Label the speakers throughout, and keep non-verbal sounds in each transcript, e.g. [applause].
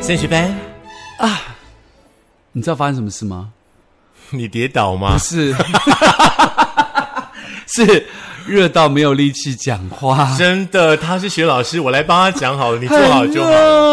Speaker 1: 三学班，
Speaker 2: 你知道发生什么事吗？
Speaker 1: 你跌倒吗
Speaker 2: 不？是， [laughs] 是热到没有力气讲话，
Speaker 1: 真的，他是学老师，我来帮他讲好了，你做好就好。
Speaker 2: 好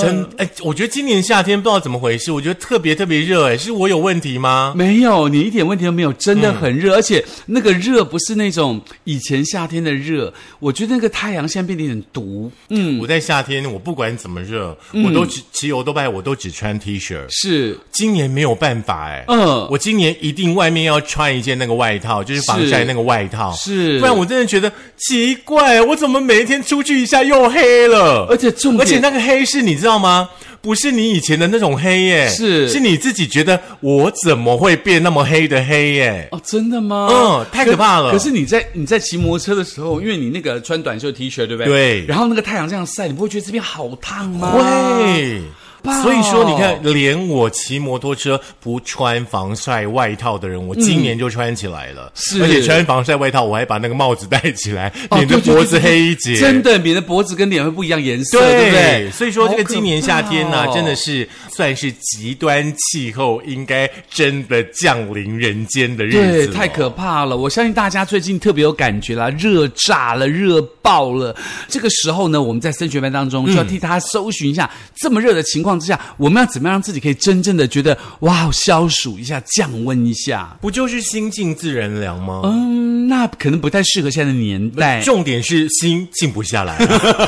Speaker 1: 真哎、我觉得今年夏天不知道怎么回事，我觉得特别特别热，哎，是我有问题吗？
Speaker 2: 没有，你一点问题都没有，真的很
Speaker 1: 嗯
Speaker 2: 热，而且那个热不是那种以前夏天的热，我觉得那个太阳现在变得有点毒。嗯，
Speaker 1: 我在夏天，我不管怎么热，我都只骑油都拜，我都只穿 T 恤。
Speaker 2: 是，
Speaker 1: 今年没有办法哎、
Speaker 2: 嗯
Speaker 1: 我今年一定外面要穿一件那个外套，就是防晒那个外套，
Speaker 2: 是
Speaker 1: 不然我真的觉得奇怪，我怎么每一天出去一下又黑了？
Speaker 2: 而且重点
Speaker 1: 而且那个黑是你知道吗？不是你以前的那种黑耶，
Speaker 2: 是
Speaker 1: 是你自己觉得我怎么会变那么黑的黑耶？
Speaker 2: 哦，真的吗？
Speaker 1: 嗯太可怕了
Speaker 2: 可是你在你在骑摩托车的时候，因为你那个穿短袖 T 恤，对不对？
Speaker 1: 对
Speaker 2: 然后那个太阳这样晒，你不会觉得这边好烫吗？
Speaker 1: 会。
Speaker 2: 怕哦
Speaker 1: 所以说，你看，连我骑摩托车不穿防晒外套的人，我今年就穿起来了。
Speaker 2: 嗯是
Speaker 1: 而且穿防晒外套，我还把那个帽子戴起来，
Speaker 2: 哦，
Speaker 1: 免得
Speaker 2: 对对
Speaker 1: 脖子
Speaker 2: 对对
Speaker 1: 黑一截。
Speaker 2: 真的，免得脖子跟脸会不一样颜色，对
Speaker 1: 对
Speaker 2: 不对？
Speaker 1: 所以说这个今年夏天呢、
Speaker 2: 好可怕哦
Speaker 1: 真的是算是极端气候应该真的降临人间的日子、
Speaker 2: 对，太可。怕了！我相信大家最近特别有感觉啦，热炸了，热爆了。这个时候呢，我们在升学班当中
Speaker 1: 嗯
Speaker 2: 就要替大家搜寻一下，这么热的情况之下，我们要怎么样让自己可以真正的觉得哇，消暑一下，降温一下？
Speaker 1: 不就是心静自然凉吗？
Speaker 2: 嗯，那可能不太适合现在的年代，
Speaker 1: 重点是心静不下来、啊 [laughs]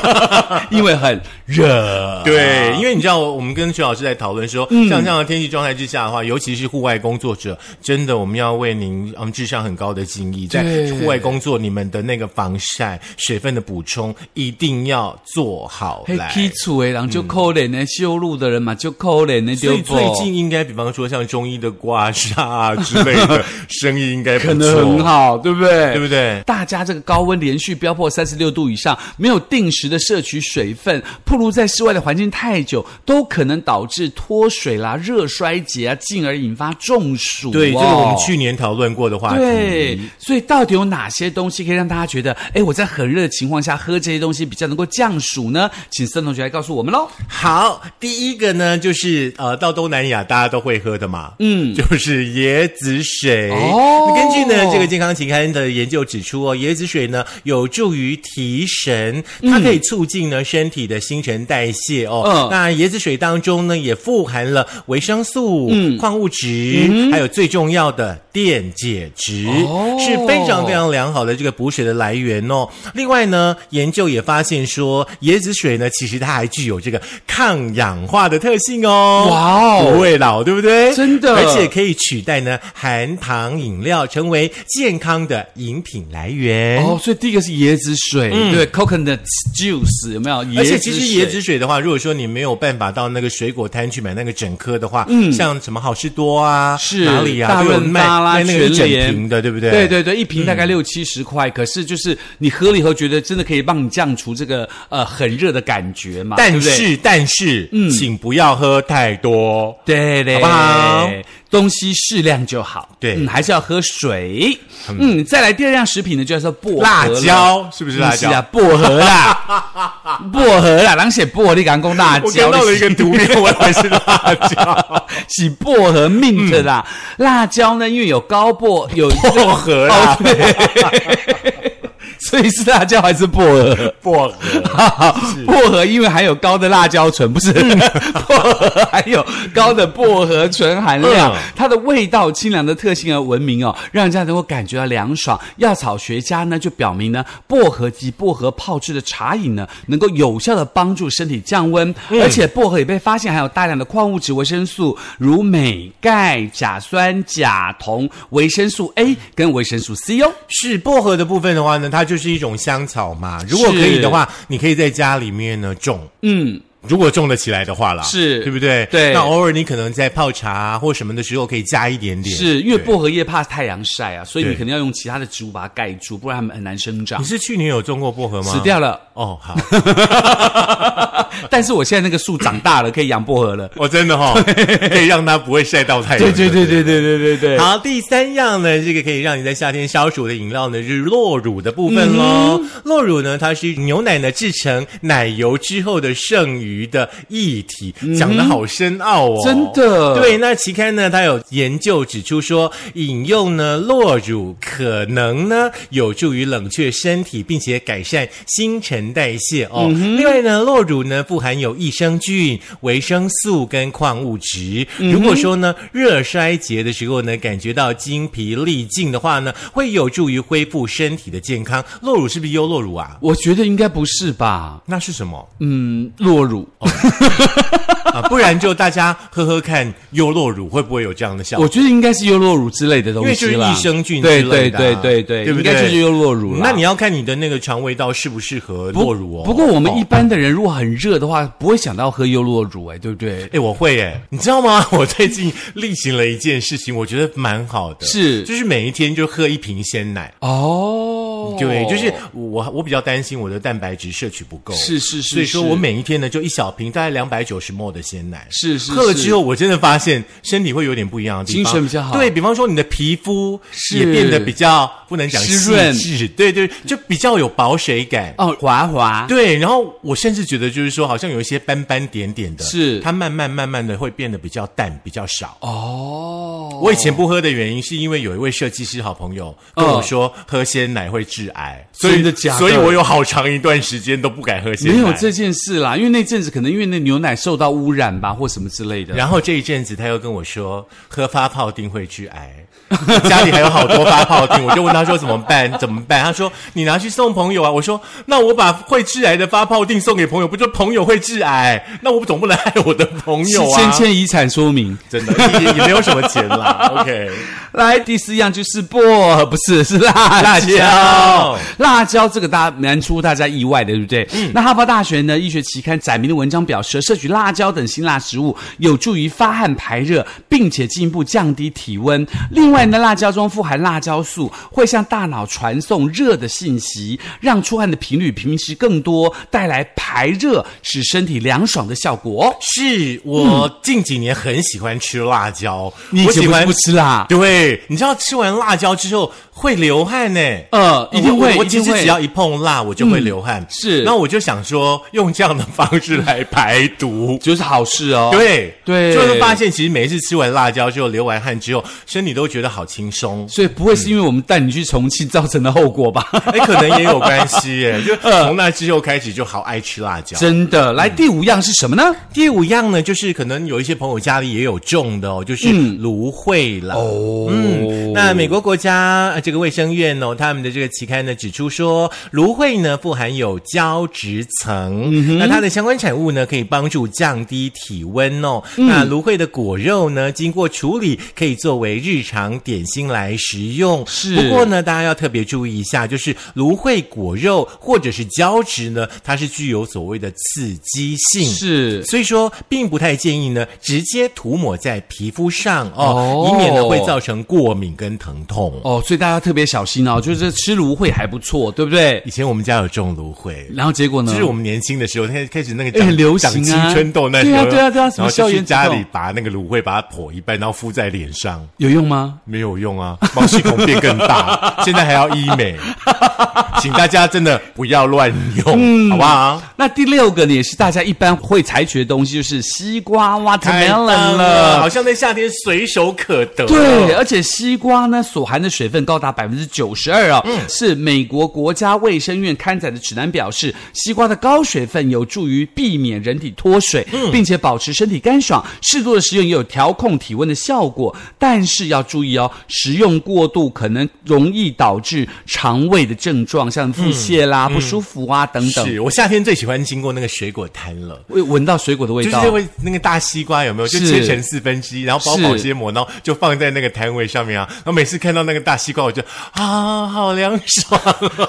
Speaker 2: 因为很热。
Speaker 1: 对，因为你知道，我们跟徐老师在讨论说，像这样的天气状态之下的话，尤其是户外工作者，真的我们要为您嗯致上很高的敬意。在
Speaker 2: 对
Speaker 1: 户外工作，你们的那个防晒、水分的补充一定要做好
Speaker 2: 嘿
Speaker 1: 来。，嗯
Speaker 2: 劈厝的人就扣脸呢，修路的人嘛就扣脸呢，
Speaker 1: 所
Speaker 2: 对
Speaker 1: 以
Speaker 2: 不？
Speaker 1: 最近应该，比方说像中医的刮痧啊之类 [laughs] 的，生意应该不
Speaker 2: 可能很
Speaker 1: 错，
Speaker 2: 好，对不
Speaker 1: 对不对？
Speaker 2: 大家这个高温连续飙破三十六度以上，没有定时的摄取水分，暴露在室外的环境太久，都可能导致脱水啦、热衰竭啊，进而引发中暑、哦。
Speaker 1: 对，这个我们去年讨论过的话题。
Speaker 2: 对，所以到底有哪些东西可以让大家觉得，哎，我在很热的情况下喝这些东西比较能够降暑呢？请森同学来告诉我们喽。
Speaker 1: 好，第一个呢，就是呃，到东南亚大家都会喝的嘛，嗯，就是椰子水。
Speaker 2: 哦
Speaker 1: 根据呢这个健康期刊的研究指出哦，椰子水呢有助于提神，它可以促进呢身体的新陈代谢哦。
Speaker 2: 嗯
Speaker 1: 那椰子水当中呢也富含了维生素、
Speaker 2: 嗯
Speaker 1: 矿物质，还有最重要的电解质，
Speaker 2: 哦
Speaker 1: 是非常非常。非常良好的这个补水的来源哦。另外呢，研究也发现说，椰子水呢，其实它还具有这个抗氧化的特性哦。
Speaker 2: 哇哦
Speaker 1: 不会老，对不对？
Speaker 2: 真的
Speaker 1: 而且可以取代呢含糖饮料，成为健康的饮品来源。
Speaker 2: 哦，所以第一个是椰子水，对，coconut juice 有没有？
Speaker 1: 嗯而
Speaker 2: 椰
Speaker 1: 且
Speaker 2: 子
Speaker 1: 其实
Speaker 2: 水
Speaker 1: 椰子水的话，如果说你没有办法到那个水果摊去买那个整颗的话，嗯，像什么好事多啊，
Speaker 2: 是
Speaker 1: 哪里啊，
Speaker 2: 大
Speaker 1: 都有
Speaker 2: 润
Speaker 1: 卖
Speaker 2: 发啦、
Speaker 1: 卖那个一整
Speaker 2: 全联
Speaker 1: 瓶的，对不对？嗯
Speaker 2: 对对对，一瓶大概六七十块，可是就是你喝了以后，觉得真的可以帮你降除这个呃很热的感觉嘛，对
Speaker 1: 但
Speaker 2: 不对嗯
Speaker 1: 是但是，请不要喝太多。
Speaker 2: 对对，
Speaker 1: 好不好
Speaker 2: 东西适量就好。
Speaker 1: 对
Speaker 2: 嗯，还是要喝水。嗯，再来第二样食品呢，就叫做薄荷
Speaker 1: 辣
Speaker 2: 了
Speaker 1: 椒是不是
Speaker 2: 嗯
Speaker 1: 辣
Speaker 2: 是
Speaker 1: 椒？
Speaker 2: 啊，薄荷啦，
Speaker 1: [laughs]
Speaker 2: 薄荷啦，人写薄荷，你敢讲辣椒？
Speaker 1: 我看到了一个图片，我以为
Speaker 2: [laughs]
Speaker 1: 是辣椒。
Speaker 2: 洗薄荷 mint 啦，
Speaker 1: 嗯
Speaker 2: 辣椒呢，因为有高薄
Speaker 1: [laughs]
Speaker 2: 有
Speaker 1: 薄荷啊啦
Speaker 2: 哦，对 [laughs] 所以是辣椒还是薄荷？
Speaker 1: 薄荷
Speaker 2: 哈哈 [laughs] 薄荷因为含有高的辣椒醇，不是、 [laughs] 薄荷含有高的薄荷醇含量，
Speaker 1: 嗯
Speaker 2: 它的味道清凉的特性而闻名哦，让人家能够感觉到凉爽。药草学家呢就表明呢，薄荷及薄荷泡制的茶饮呢，能够有效的帮助身体降温，而且薄荷也被发现含有大量的矿物质、维生素，如镁、钙、甲酸、钾、铜、维生素 A 跟维生素 C 哦。
Speaker 1: 是薄荷的部分的话呢，它就是一种香草嘛。如果可以的话，你可以在家里面呢种。
Speaker 2: 嗯，
Speaker 1: 如果种得起来的话啦，
Speaker 2: 是
Speaker 1: 对不对？
Speaker 2: 对
Speaker 1: 那偶尔你可能在泡茶、或什么的时候可以加一点点。
Speaker 2: 是因
Speaker 1: 对
Speaker 2: 为薄荷叶怕太阳晒啊，所以你
Speaker 1: 对
Speaker 2: 肯定要用其他的植物把它盖住，不然它们很难生长
Speaker 1: 你。是去年有种过薄荷吗？
Speaker 2: 死掉了，
Speaker 1: 哦，好，
Speaker 2: 但是我现在那个树长大了，可以养薄荷了。
Speaker 1: 我真的 [laughs] 哈、哦，可以让它不会晒到太阳。
Speaker 2: 对对对对对对对对。
Speaker 1: 好，第三样呢，这个可以让你在夏天消暑的饮料呢是洛乳的部分喽。
Speaker 2: 嗯
Speaker 1: 洛乳呢，它是牛奶呢制成奶油之后的剩余的液体，讲的好深奥哦，
Speaker 2: 嗯真的
Speaker 1: 对，那期刊呢，它有研究指出说，饮用呢洛乳可能呢有助于冷却身体，并且改善新陈代谢哦。另外呢，洛乳呢富含有益生菌、维生素跟矿物质。如果说呢热衰竭的时候呢，感觉到精疲力尽的话呢，会有助于恢复身体的健康。洛乳是不是优洛乳啊？
Speaker 2: 我觉得应该不是吧？
Speaker 1: 那是什么、
Speaker 2: 嗯，落乳，
Speaker 1: 哦啊？不然就大家喝喝看，优洛乳会不会有这样的效果
Speaker 2: 我？觉得应该是优酪乳之类的东
Speaker 1: 因为就
Speaker 2: 西
Speaker 1: 是
Speaker 2: 啦。
Speaker 1: 益生菌之
Speaker 2: 对
Speaker 1: 类
Speaker 2: 对
Speaker 1: 的
Speaker 2: 对
Speaker 1: 啊
Speaker 2: 对对，
Speaker 1: 对不
Speaker 2: 应
Speaker 1: 对
Speaker 2: 该就是优酪乳啦。
Speaker 1: 那你要看你的那个肠胃道适不适合
Speaker 2: 不
Speaker 1: 落乳哦。
Speaker 2: 不过我们一
Speaker 1: 哦。
Speaker 2: 般的人如果很热的话，不会想到喝优酪乳，哎，对不对？
Speaker 1: 哎、我会哎，你知道吗？ [laughs] 我最近例行了一件事情，我觉得蛮好的，
Speaker 2: 是
Speaker 1: 就是每一天就喝一瓶鲜奶。
Speaker 2: 哦，
Speaker 1: 对，就是我我比较担心我的蛋白质摄取不够，
Speaker 2: 是是是
Speaker 1: 所以说
Speaker 2: 是
Speaker 1: 我每一天呢就一小瓶，大概两百九十 ml 的鲜奶，
Speaker 2: 是是
Speaker 1: 喝了
Speaker 2: 是
Speaker 1: 之后，我真的发现身体会有点不一样的地方，
Speaker 2: 精神比较好
Speaker 1: 对比方说你的皮肤
Speaker 2: 是
Speaker 1: 也变得比较不能讲
Speaker 2: 湿润
Speaker 1: 细致，对对，就比较有保水感。
Speaker 2: 哦，滑滑，
Speaker 1: 对，然后我甚至觉得就是说，好像有一些斑斑点点的，
Speaker 2: 是
Speaker 1: 它慢慢慢慢的会变得比较淡，比较少。
Speaker 2: 哦，
Speaker 1: 我以前不喝的原因，是因为有一位设计师好朋友跟我说，喝鲜奶会致癌，所以
Speaker 2: 真的假的
Speaker 1: 所以我有好长一段时间都不敢喝鲜
Speaker 2: 没
Speaker 1: 奶。
Speaker 2: 有这件事啦，因为那阵子可能因为那牛奶受到污染吧，或什么之类的。
Speaker 1: 然后这一阵子他又跟我说，喝发泡定会致癌， [laughs] 我家里还有好多发泡定，我就问他说怎么办？怎么办？他说你拿去送朋友啊。我说那我把会致癌的发泡定送给朋友，不就朋友会致癌？那我总不能害我的朋友啊。
Speaker 2: 先签遗产说明。
Speaker 1: 真的也也没有什么钱啦。OK， [laughs]
Speaker 2: 来，第四样就是薄荷，不是是辣
Speaker 1: 辣椒
Speaker 2: 椒。嗯辣椒这个大家难出大家意外的，对不对？那哈佛大学呢医学期刊载明的文章表示，摄取辣椒等辛辣食物有助于发汗排热，并且进一步降低体温。另外呢，辣椒中富含辣椒素，会向大脑传送热的信息，让出汗的频率比平时更多，带来排热，使身体凉爽的效果哦。
Speaker 1: 是我近几年很喜欢吃辣椒，
Speaker 2: 你
Speaker 1: 我
Speaker 2: 以前
Speaker 1: 喜
Speaker 2: 不是
Speaker 1: 欢
Speaker 2: 不吃辣？
Speaker 1: 对，你知道吃完辣椒之后会流汗呢、
Speaker 2: 呃，一定
Speaker 1: 我
Speaker 2: 会，
Speaker 1: 我我
Speaker 2: 一
Speaker 1: 其
Speaker 2: 定
Speaker 1: 实
Speaker 2: 会嗯
Speaker 1: 只。要一碰辣，我就会流汗。
Speaker 2: 是
Speaker 1: 那我就想说，用这样的方式来排毒。
Speaker 2: [laughs] 就是好事哦，
Speaker 1: 对
Speaker 2: 对
Speaker 1: 就会发现其实每一次吃完辣椒之后，流完汗之后，身体都觉得好轻
Speaker 2: [laughs]
Speaker 1: 松。
Speaker 2: 所以不会是因为我们带你去重庆造成的后果吧？
Speaker 1: 哎，可能也有关系
Speaker 2: [laughs]
Speaker 1: 耶。就
Speaker 2: 嗯
Speaker 1: 从那之后开始，就好爱吃辣椒。
Speaker 2: 真的，来第五样是什么呢？
Speaker 1: 第五样呢，就是可能有一些朋友家里也有种的哦，就是芦荟啦。
Speaker 2: 嗯哦，
Speaker 1: 嗯，那美国国家呃这个卫生院呢、他们的这个期刊呢指出说，芦荟呢富含有胶质层，那它的相关产物呢可以帮助降低体温哦。那芦荟的果肉呢，经过处理可以作为日常点心来食用。
Speaker 2: 是
Speaker 1: 不过呢，大家要特别注意一下，就是芦荟果肉或者是胶质呢，它是具有所谓的刺激性。
Speaker 2: 是
Speaker 1: 所以说，并不太建议呢直接涂抹在皮肤上哦，
Speaker 2: 哦
Speaker 1: 以免呢会造成过敏跟疼痛。
Speaker 2: 哦，所以大家特别小心哦，就是吃芦荟还不错，对不对
Speaker 1: 以？前我们家有种芦荟。
Speaker 2: 然后结果呢？
Speaker 1: 就是嗯我们年轻的时候，开开始那个
Speaker 2: 哎
Speaker 1: 长
Speaker 2: 很流行啊
Speaker 1: 长青春痘那时候，
Speaker 2: 对啊对啊对啊什
Speaker 1: 然
Speaker 2: 么
Speaker 1: 后就
Speaker 2: 校
Speaker 1: 去
Speaker 2: 园
Speaker 1: 家
Speaker 2: 之
Speaker 1: 里
Speaker 2: 痛
Speaker 1: 把那个芦荟把它剖一半，然后敷在脸上，
Speaker 2: 有用吗？
Speaker 1: 没有用啊，毛细孔变更大，
Speaker 2: [laughs]
Speaker 1: 现在还要医美，请大家真的不要乱用，
Speaker 2: 嗯
Speaker 1: 好不好？
Speaker 2: 那第六个呢，也是大家一般会采取的东西，就是西瓜 watermelon
Speaker 1: 棒
Speaker 2: 了
Speaker 1: 好。像在夏天随手可得，
Speaker 2: 对，而且西瓜呢所含的水分高达百分之九十二
Speaker 1: 嗯
Speaker 2: 哦，是美国国家卫生院刊载的指南表示，西瓜的高水分有助于避免人体脱水，
Speaker 1: 嗯
Speaker 2: 并且保持身体干爽。适度的食用也有调控体温的效果，但是要注意哦，食用过度可能容易导致肠胃的症状，像腹泻啦、不舒服啊等等。
Speaker 1: 嗯是我夏天最喜欢经过那个水果摊了。
Speaker 2: 会闻到水果的味
Speaker 1: 就是
Speaker 2: 道，
Speaker 1: 会那个大西瓜有没有？就是切成四分之一，然后包
Speaker 2: 是
Speaker 1: 保鲜膜，然后就放在那个摊位上面啊。然后每次看到那个大西瓜，我就啊，好凉爽。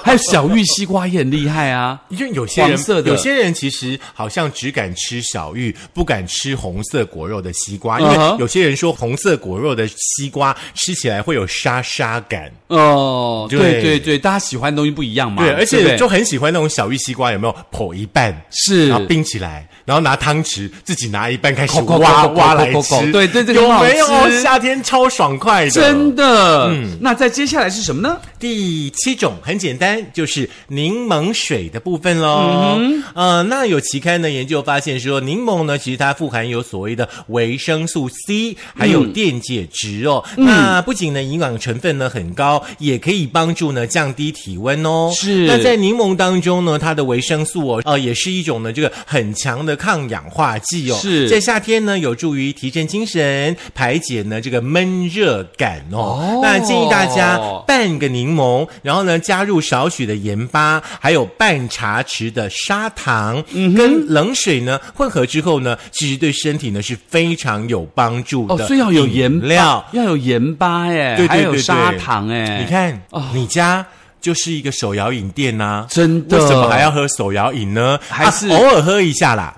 Speaker 2: 还有小玉西瓜也很厉害啊。
Speaker 1: 因为有些人
Speaker 2: 黄色，的
Speaker 1: 有些人其实好像只敢吃小玉，不敢吃红色果肉的西瓜，因为
Speaker 2: 嗯哼
Speaker 1: 有些人说红色果肉的西瓜吃起来会有沙沙感。
Speaker 2: 哦，
Speaker 1: [laughs] 对
Speaker 2: 对对对，大家喜欢的东西不一样嘛。
Speaker 1: 对，而
Speaker 2: 不
Speaker 1: 且
Speaker 2: 对
Speaker 1: 就很喜欢那种小玉西瓜，有没有剖一半，
Speaker 2: 是
Speaker 1: 然后冰起来，然后拿汤匙自己拿一半开始
Speaker 2: 抠抠抠
Speaker 1: 挖
Speaker 2: 抠抠
Speaker 1: 挖来
Speaker 2: 抠抠
Speaker 1: 吃，
Speaker 2: 对对这个很
Speaker 1: 有
Speaker 2: 好
Speaker 1: 没有
Speaker 2: 吃
Speaker 1: 夏天超爽快的？
Speaker 2: 真的。
Speaker 1: 嗯
Speaker 2: 那再接下来是什么呢？
Speaker 1: 第七种很简单，就是柠檬水的部分喽。嗯、呃，那有期刊的研究发现说，柠檬呢，其实它富含有所谓的维生素 C，还有电解质哦。那不仅呢营养成分呢很高，也可以帮助呢降低体温哦。
Speaker 2: 是
Speaker 1: 那在柠檬当中呢，它的维生素哦，呃，也是一种呢这个很强的抗氧化剂哦。
Speaker 2: 是
Speaker 1: 在夏天呢，有助于提振精神，排解呢这个闷热感
Speaker 2: 哦
Speaker 1: 哦那建议大家半个柠檬，然后呢加入少许的盐巴，还有半茶匙的砂糖，
Speaker 2: 嗯
Speaker 1: 跟冷水呢混合之后呢，其实对身体呢是非常有帮助的。
Speaker 2: 哦，所以要有盐
Speaker 1: 饮嗯料
Speaker 2: 巴，，要有盐巴哎，
Speaker 1: 对对对
Speaker 2: 还有
Speaker 1: 对
Speaker 2: 砂糖哎，
Speaker 1: 你看、你家。就是一个手摇饮店呐、
Speaker 2: 真的
Speaker 1: 为什么还要喝手摇饮呢？
Speaker 2: 还
Speaker 1: 啊
Speaker 2: 是
Speaker 1: 偶尔喝一下
Speaker 2: [laughs]
Speaker 1: 啦，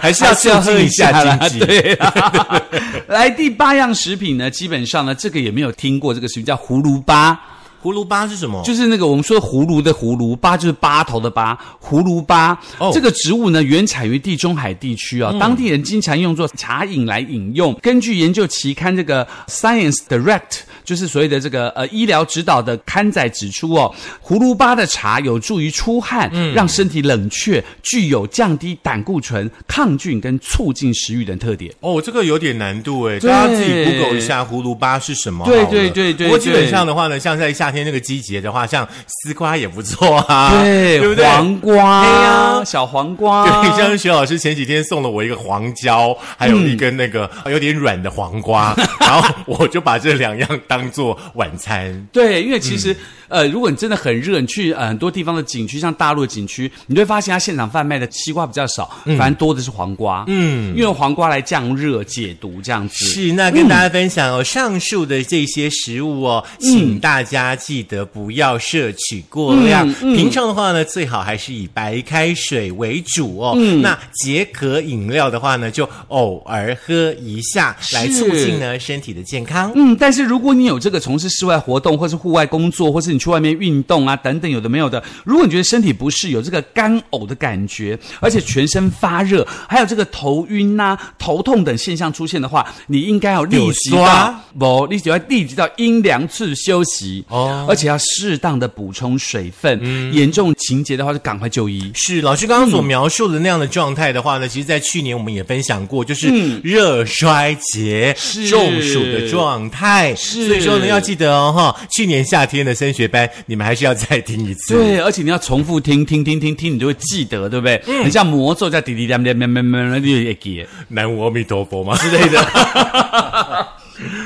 Speaker 1: 还是要
Speaker 2: 还是要
Speaker 1: 促
Speaker 2: 喝
Speaker 1: 进一下
Speaker 2: 啦
Speaker 1: 经济。
Speaker 2: [laughs] 对啦。
Speaker 1: [laughs]
Speaker 2: [laughs] 来第八样食品呢，基本上呢，这个也没有听过，这个食品叫葫芦巴，
Speaker 1: 葫芦巴是什么？
Speaker 2: 就是那个我们说葫芦的葫芦，巴就是八头的巴，葫芦巴。
Speaker 1: 哦嗯
Speaker 2: 这个植物呢，原产于地中海地区啊、当地人经常用作茶饮来饮用。根据研究期刊这个 Science Direct，就是所谓的这个呃医疗指导的刊载指出哦，葫芦巴的茶有助于出汗，
Speaker 1: 嗯
Speaker 2: 让身体冷却，具有降低胆固醇、抗菌跟促进食欲等特点。
Speaker 1: 哦，这个有点难度哎，
Speaker 2: 对
Speaker 1: 大家自己 Google 一下葫芦巴是什么好
Speaker 2: 对
Speaker 1: 了。
Speaker 2: 对对对
Speaker 1: 不过基本
Speaker 2: 对
Speaker 1: 上的话呢，像在夏天那个季节的话，像丝瓜也不错啊，对不对？
Speaker 2: 黄瓜，
Speaker 1: 对呀
Speaker 2: 小黄瓜，
Speaker 1: 对，像是徐老师前几天送了我一个黄椒，还有一根那个呃有点软的黄
Speaker 2: [laughs]
Speaker 1: 瓜，然后我就把这两样当做晚餐。
Speaker 2: 对，因为其实、呃，如果你真的很热，你去、呃、很多地方的景区，像大陆的景区，你就会发现它现场贩卖的西瓜比较少，反正多的是黄瓜。嗯，因为黄瓜来降热解毒这样子。
Speaker 1: 是，那跟大家分享哦，上述的这些食物哦，请大家记得不要摄取过量。平常的话呢，最好还是以白开水为主哦。那解渴饮料的话呢，就偶尔喝一下，来
Speaker 2: 是
Speaker 1: 促进呢身体的健康。
Speaker 2: 嗯，但是如果你有这个从事室外活动，或是户外工作，或是你去外面运动啊等等，有的没有的，如果你觉得身体不适，有这个干呕的感觉，而且全身发热，还有这个头晕呐、头痛等现象出现的话，你应该要立即
Speaker 1: 有
Speaker 2: 到
Speaker 1: 刷
Speaker 2: 不，立即要立即到阴凉处休息
Speaker 1: 哦
Speaker 2: 而且要适当的补充水分。严重情节的话，就赶快就医。
Speaker 1: 是老师刚刚所描述的那样的状态的话呢，其实，在去年我们也分享过，就是热衰竭、
Speaker 2: 是
Speaker 1: 中暑的状态。
Speaker 2: 是
Speaker 1: 所以说呢，要记得哦，哈，去年夏天的升学班，你们还是要再听一次。
Speaker 2: 对，而且你要重复听，听，听，听，听，你就会记得，对不对？嗯，很像魔咒在滴滴答答答答答答，你就会记得。
Speaker 1: 南无阿弥陀佛嘛之类的。
Speaker 2: [laughs]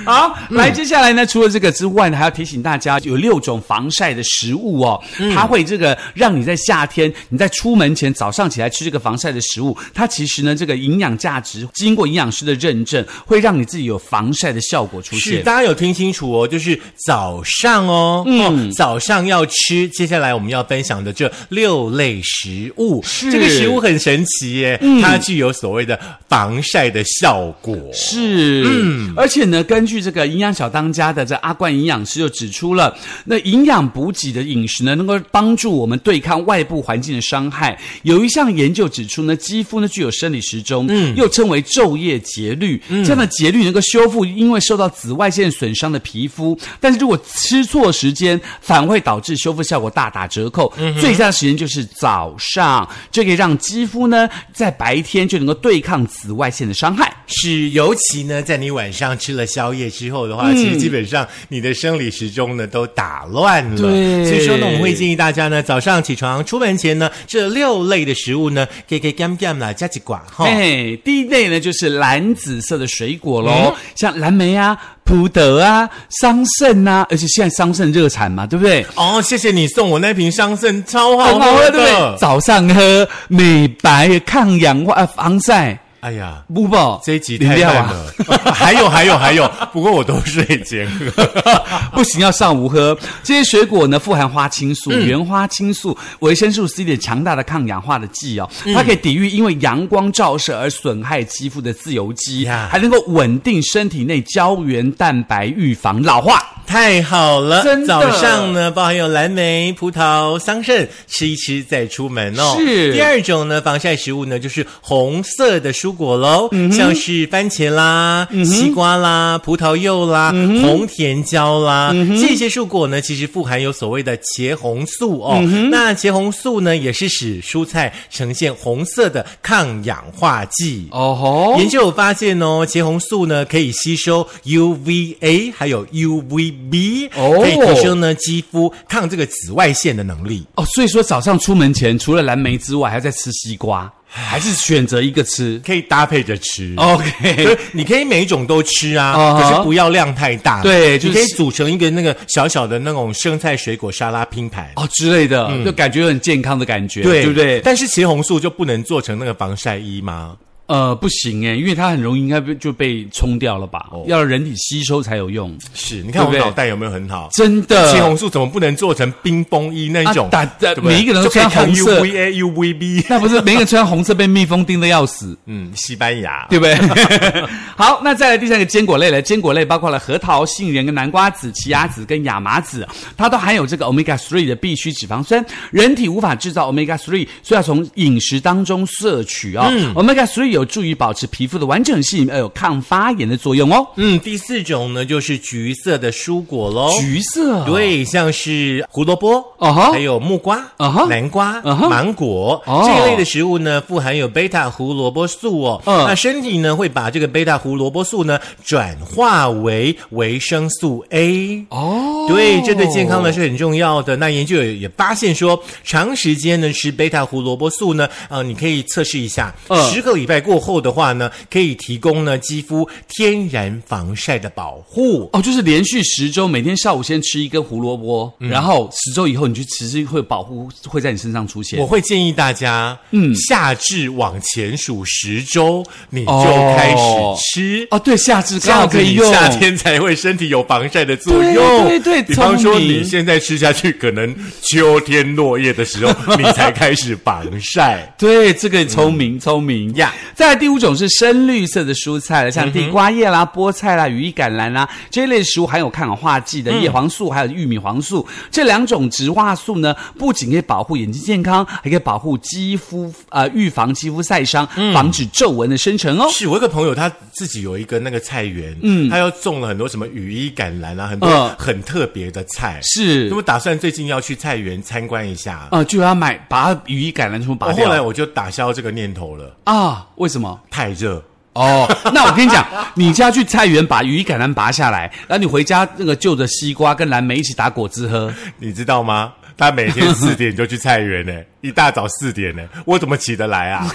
Speaker 2: 好，来，接下来呢，除了这个之外呢，还要提醒大家，有六种防晒的食物哦，它会这个让你在夏天，你在出门前早上起来吃这个防晒的食物，它其实呢，这个营养价值经过营养师的认证，会让你自己有防晒的效果
Speaker 1: [laughs]
Speaker 2: 出
Speaker 1: 是，
Speaker 2: 现。
Speaker 1: 大家有听清楚哦，就是早上哦，嗯、早上要吃。接下来我们要分享的这六类食物，
Speaker 2: 是
Speaker 1: 这个食物很神奇耶，它具有所谓的防晒的效果。
Speaker 2: 是，嗯，而且呢，根据这个营养小当家的这阿冠营养师就指出了，那营养补给的饮食呢，能够帮助我们对抗外部环境的伤害。有一项研究指出呢，肌肤呢具有生理时钟，嗯，又称为昼夜节律，这样的节律能够修复因为受到紫外线损伤的皮肤，但是如果吃错时间，反而会导致修复效果大打折扣。最佳的时间就是早上，就可以让肌肤呢在白天就能够对抗紫外线的伤害。
Speaker 1: 是，尤其呢，在你晚上吃了宵夜之后的
Speaker 2: 嗯
Speaker 1: 话，其实基本上你的生理时钟呢都打乱了。
Speaker 2: 对
Speaker 1: 所以说呢，我们会建议大家呢，早上起床出门前呢，这六类的食物呢，给给干干啦，加几管哈。
Speaker 2: 哎，第一类呢就是蓝紫色的水果
Speaker 1: 嗯
Speaker 2: 喽，像蓝莓啊、葡萄啊、桑葚啊，而且现在桑葚热产嘛，对不对？
Speaker 1: 哦，谢谢你送我那瓶桑葚，超好
Speaker 2: 很好
Speaker 1: 喝
Speaker 2: 哦对不对？
Speaker 1: 哦的。
Speaker 2: 早上喝美白、抗氧化、呃防晒，
Speaker 1: 哎呀，
Speaker 2: 不不，
Speaker 1: 这一集
Speaker 2: 饮
Speaker 1: 太
Speaker 2: 料
Speaker 1: 烂
Speaker 2: 啊，
Speaker 1: 了。 [laughs] 还有还有还有，不过我都睡前喝。
Speaker 2: [laughs] 不行，要上午喝这些水果呢，富含花青素、原花青素、维生素 C 的强大的抗氧化的剂哦，它可以抵御因为阳光照射而损害肌肤的自由基，
Speaker 1: 呀
Speaker 2: 还能够稳定身体内胶原蛋白，预防老化。
Speaker 1: 太好了
Speaker 2: 真！的
Speaker 1: 早上呢，包含有蓝莓、葡萄、桑葚，吃一吃再出门哦。
Speaker 2: 是
Speaker 1: 第二种呢，防晒食物呢，就是红色的蔬果喽，
Speaker 2: 嗯
Speaker 1: 像是番茄啦、西瓜啦、葡萄柚啦、
Speaker 2: 嗯
Speaker 1: 红甜椒啦、这些蔬果呢，其实富含有所谓的茄红素哦。
Speaker 2: 嗯
Speaker 1: 那茄红素呢，也是使蔬菜呈现红色的抗氧化剂。
Speaker 2: 哦吼
Speaker 1: 研，究有发现哦，茄红素呢可以吸收 UVA 还有 UVB，、
Speaker 2: 哦
Speaker 1: 可以提升呢肌肤抗这个紫外线的能力。
Speaker 2: 哦，所以说早上出门前，除了蓝莓之外，还在吃西瓜，还是选择一个吃。 [laughs]
Speaker 1: 可以搭配着吃。就
Speaker 2: OK，
Speaker 1: 是你哦可以每一种都吃啊
Speaker 2: 啊哈
Speaker 1: 可是不要量太大。
Speaker 2: 对就是
Speaker 1: 你可以组成一个那个小小的那种生菜水果沙拉拼盘。
Speaker 2: 哦之类的，就感觉很健康的感觉，对不对？
Speaker 1: 但是茄红素就不能做成那个防晒衣吗？
Speaker 2: 呃，不行哎，因为它很容易应该被就被冲掉了吧？
Speaker 1: 哦
Speaker 2: 要人体吸收才有用，
Speaker 1: 是，你看我
Speaker 2: 对不对
Speaker 1: 脑袋有没有很好？
Speaker 2: 真的。
Speaker 1: 茄红素怎么不能做成冰风衣那种？
Speaker 2: 啊打打
Speaker 1: 对不对
Speaker 2: 每一个人都
Speaker 1: 就可以
Speaker 2: 穿
Speaker 1: 抗
Speaker 2: 红色
Speaker 1: UVA、UVB。
Speaker 2: 那不是每个人穿红色被蜜蜂叮的
Speaker 1: [laughs]
Speaker 2: 要死，
Speaker 1: 嗯，西班牙。
Speaker 2: 对不对？ [laughs] 好，那再来第三个坚果类了，坚果类包括了核桃、杏仁、跟南瓜子、奇亚籽跟亚麻籽，它都含有这个 omega three 的必需脂肪酸，人体无法制造 omega three，所以要从饮食当中摄取哦。omega
Speaker 1: 嗯
Speaker 2: three 有助于保持皮肤的完整性，而有抗发炎的作用哦。
Speaker 1: 嗯，第四种呢就是橘色的蔬果喽。
Speaker 2: 橘色，，
Speaker 1: 对，像是胡萝卜，
Speaker 2: 哦吼
Speaker 1: 还有木瓜，
Speaker 2: 啊哈
Speaker 1: 南瓜
Speaker 2: 啊哈
Speaker 1: 芒果
Speaker 2: 哦
Speaker 1: 这一类的食物呢，富含有贝塔胡萝卜素哦。
Speaker 2: 嗯
Speaker 1: 那身体呢会把这个贝塔胡萝卜素呢转化为维生素 A。
Speaker 2: 哦，
Speaker 1: 对，这对健康呢是很重要的。那研究也也发现说，长时间呢吃贝塔胡萝卜素呢，呃，你可以测试一下，
Speaker 2: 嗯
Speaker 1: 十、个礼拜过后的话呢，可以提供呢肌肤天然防晒的保护。
Speaker 2: 哦，就是连续十周，每天下午先吃一根胡萝卜，
Speaker 1: 嗯
Speaker 2: 然后十周以后你去吃，是会保护会在你身上出现
Speaker 1: 我。会建议大家，嗯，夏至往前数十周，你就开
Speaker 2: 哦
Speaker 1: 始吃。
Speaker 2: 哦，对，夏至
Speaker 1: 这
Speaker 2: 刚好
Speaker 1: 样子
Speaker 2: 可以
Speaker 1: 你
Speaker 2: 用。
Speaker 1: 夏天才会身体有防晒的作用。
Speaker 2: 对对对
Speaker 1: 比方说
Speaker 2: 聪明
Speaker 1: 你现在吃下去，可能秋天落叶的时
Speaker 2: [laughs]
Speaker 1: 候，你才开始防晒。
Speaker 2: 对，这个聪明、聪明
Speaker 1: 嗯呀嗯
Speaker 2: 再来第五种是深绿色的蔬菜了，像地瓜叶啦、菠菜啦、羽衣甘蓝啦这一类食物含有抗氧化剂
Speaker 1: 嗯
Speaker 2: 的叶黄素，还有玉米黄素这两种植化素呢，不仅可以保护眼睛健康，还可以保护肌肤呃预防肌肤晒伤，防止皱纹的生成哦。
Speaker 1: 嗯是我有一个朋友，他自己有一个那个菜园，嗯，他又种了很多什么羽衣甘蓝啊，很多
Speaker 2: 嗯
Speaker 1: 很特别的菜。
Speaker 2: 是
Speaker 1: 那，么打算最近要去菜园参观一下。
Speaker 2: 呃，就要买把羽衣甘蓝全部拔
Speaker 1: 我
Speaker 2: 掉。
Speaker 1: 哦后来我就打消这个念头了，
Speaker 2: 啊，为什么？
Speaker 1: 太热。
Speaker 2: 哦，那我跟你讲， [laughs] 你家去菜园把羽衣甘蓝拔下来，然后你回家那个就着西瓜跟蓝莓一起打果汁
Speaker 1: [laughs]
Speaker 2: 喝。
Speaker 1: 你知道吗？他每天四点就去菜园呢、 [laughs] 一大早四点呢、我怎么起得来啊？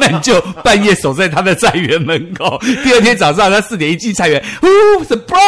Speaker 2: 那你就半夜守在他的菜园门口，第二天早上他四点一进菜园，呼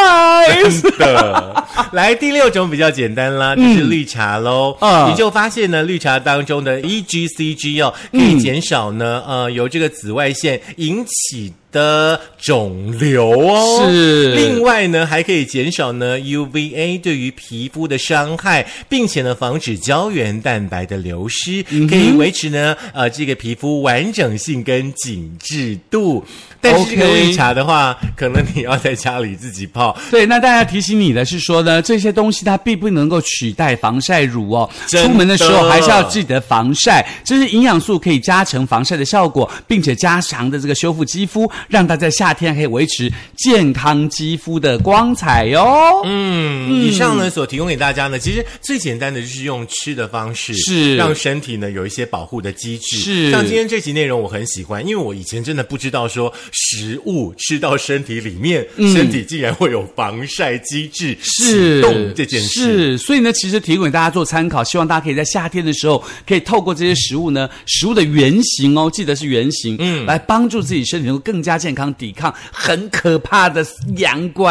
Speaker 2: ，surprise！
Speaker 1: 的。来，第六种比较简单啦，就是绿茶喽。
Speaker 2: 啊
Speaker 1: 研究发现呢，绿茶当中的 E EGCG 哦，
Speaker 2: 嗯
Speaker 1: 可以减少呢，呃，由这个紫外线引起。的肿瘤哦，
Speaker 2: 是
Speaker 1: 另外呢，还可以减少呢 UVA 对于皮肤的伤害，并且呢，防止胶原蛋白的流失，
Speaker 2: 嗯
Speaker 1: 可以维持呢，呃，这个皮肤完整性跟紧致度。但是这个
Speaker 2: OK
Speaker 1: 绿茶的话，可能你要在家里自己泡，
Speaker 2: 对，那大家提醒你的是说呢，这些东西它并不能够取代防晒乳哦。
Speaker 1: 真的
Speaker 2: 出门的时候还是要记得防晒，这是营养素可以加成防晒的效果，并且加强的这个修复肌肤，让大家在夏天可以维持健康肌肤的光彩哟、哦。
Speaker 1: 嗯，以上呢所提供给大家呢，其实最简单的就是用吃的方式，
Speaker 2: 是
Speaker 1: 让身体呢有一些保护的机制。
Speaker 2: 是
Speaker 1: 像今天这集内容我很喜欢，因为我以前真的不知道说食物吃到身体里面，身体竟然会有防晒机制
Speaker 2: 嗯是
Speaker 1: 启动这件事。
Speaker 2: 是，所以呢，其实提供给大家做参考，希望大家可以在夏天的时候，可以透过这些食物呢，食物的原型哦，记得是原型，嗯，来帮助自己身体能够更加健康，抵抗很可怕的阳光。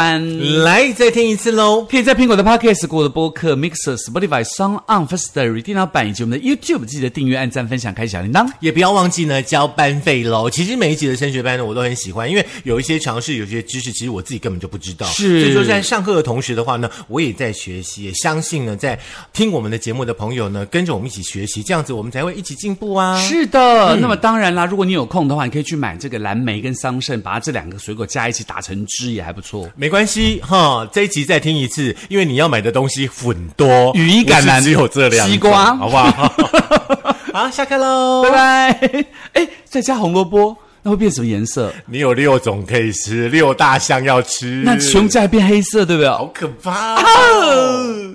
Speaker 1: 来，再听一次喽。
Speaker 2: 可以在苹果的 Podcast、谷歌的播客、Mixer、Spotify、Sound On、Firstory 电脑版以及我们的 YouTube 我们记得订阅、按赞、分享、开小铃铛。
Speaker 1: 也不要忘记呢交班费喽。其实每一集的升学班呢，我都很喜欢，因为有一些常识，有些知识，其实我自己根本就不知道。
Speaker 2: 是
Speaker 1: 所以说在上课的同时的话呢，我也在学习，也相信呢，在听我们的节目的朋友呢，跟着我们一起学习，这样子我们才会一起进步啊。
Speaker 2: 是的，嗯那么当然啦，如果你有空的话，你可以去买这个蓝莓跟桑葚，把它这两个水果加一起打成汁，也还不错。
Speaker 1: 没关系哈，这一集再听一次，因为你要买的东西很多，
Speaker 2: 羽衣甘
Speaker 1: [laughs]
Speaker 2: 蓝
Speaker 1: 不是只有这两种
Speaker 2: 西瓜
Speaker 1: [laughs] 好不好？好， [laughs] 下课喽，
Speaker 2: [laughs] 拜。拜。哎，再加红萝卜，那会变什么颜色？
Speaker 1: 你有六种可以吃，六大项要吃，
Speaker 2: 那胸架变黑色，对不对？
Speaker 1: 好可怕哦、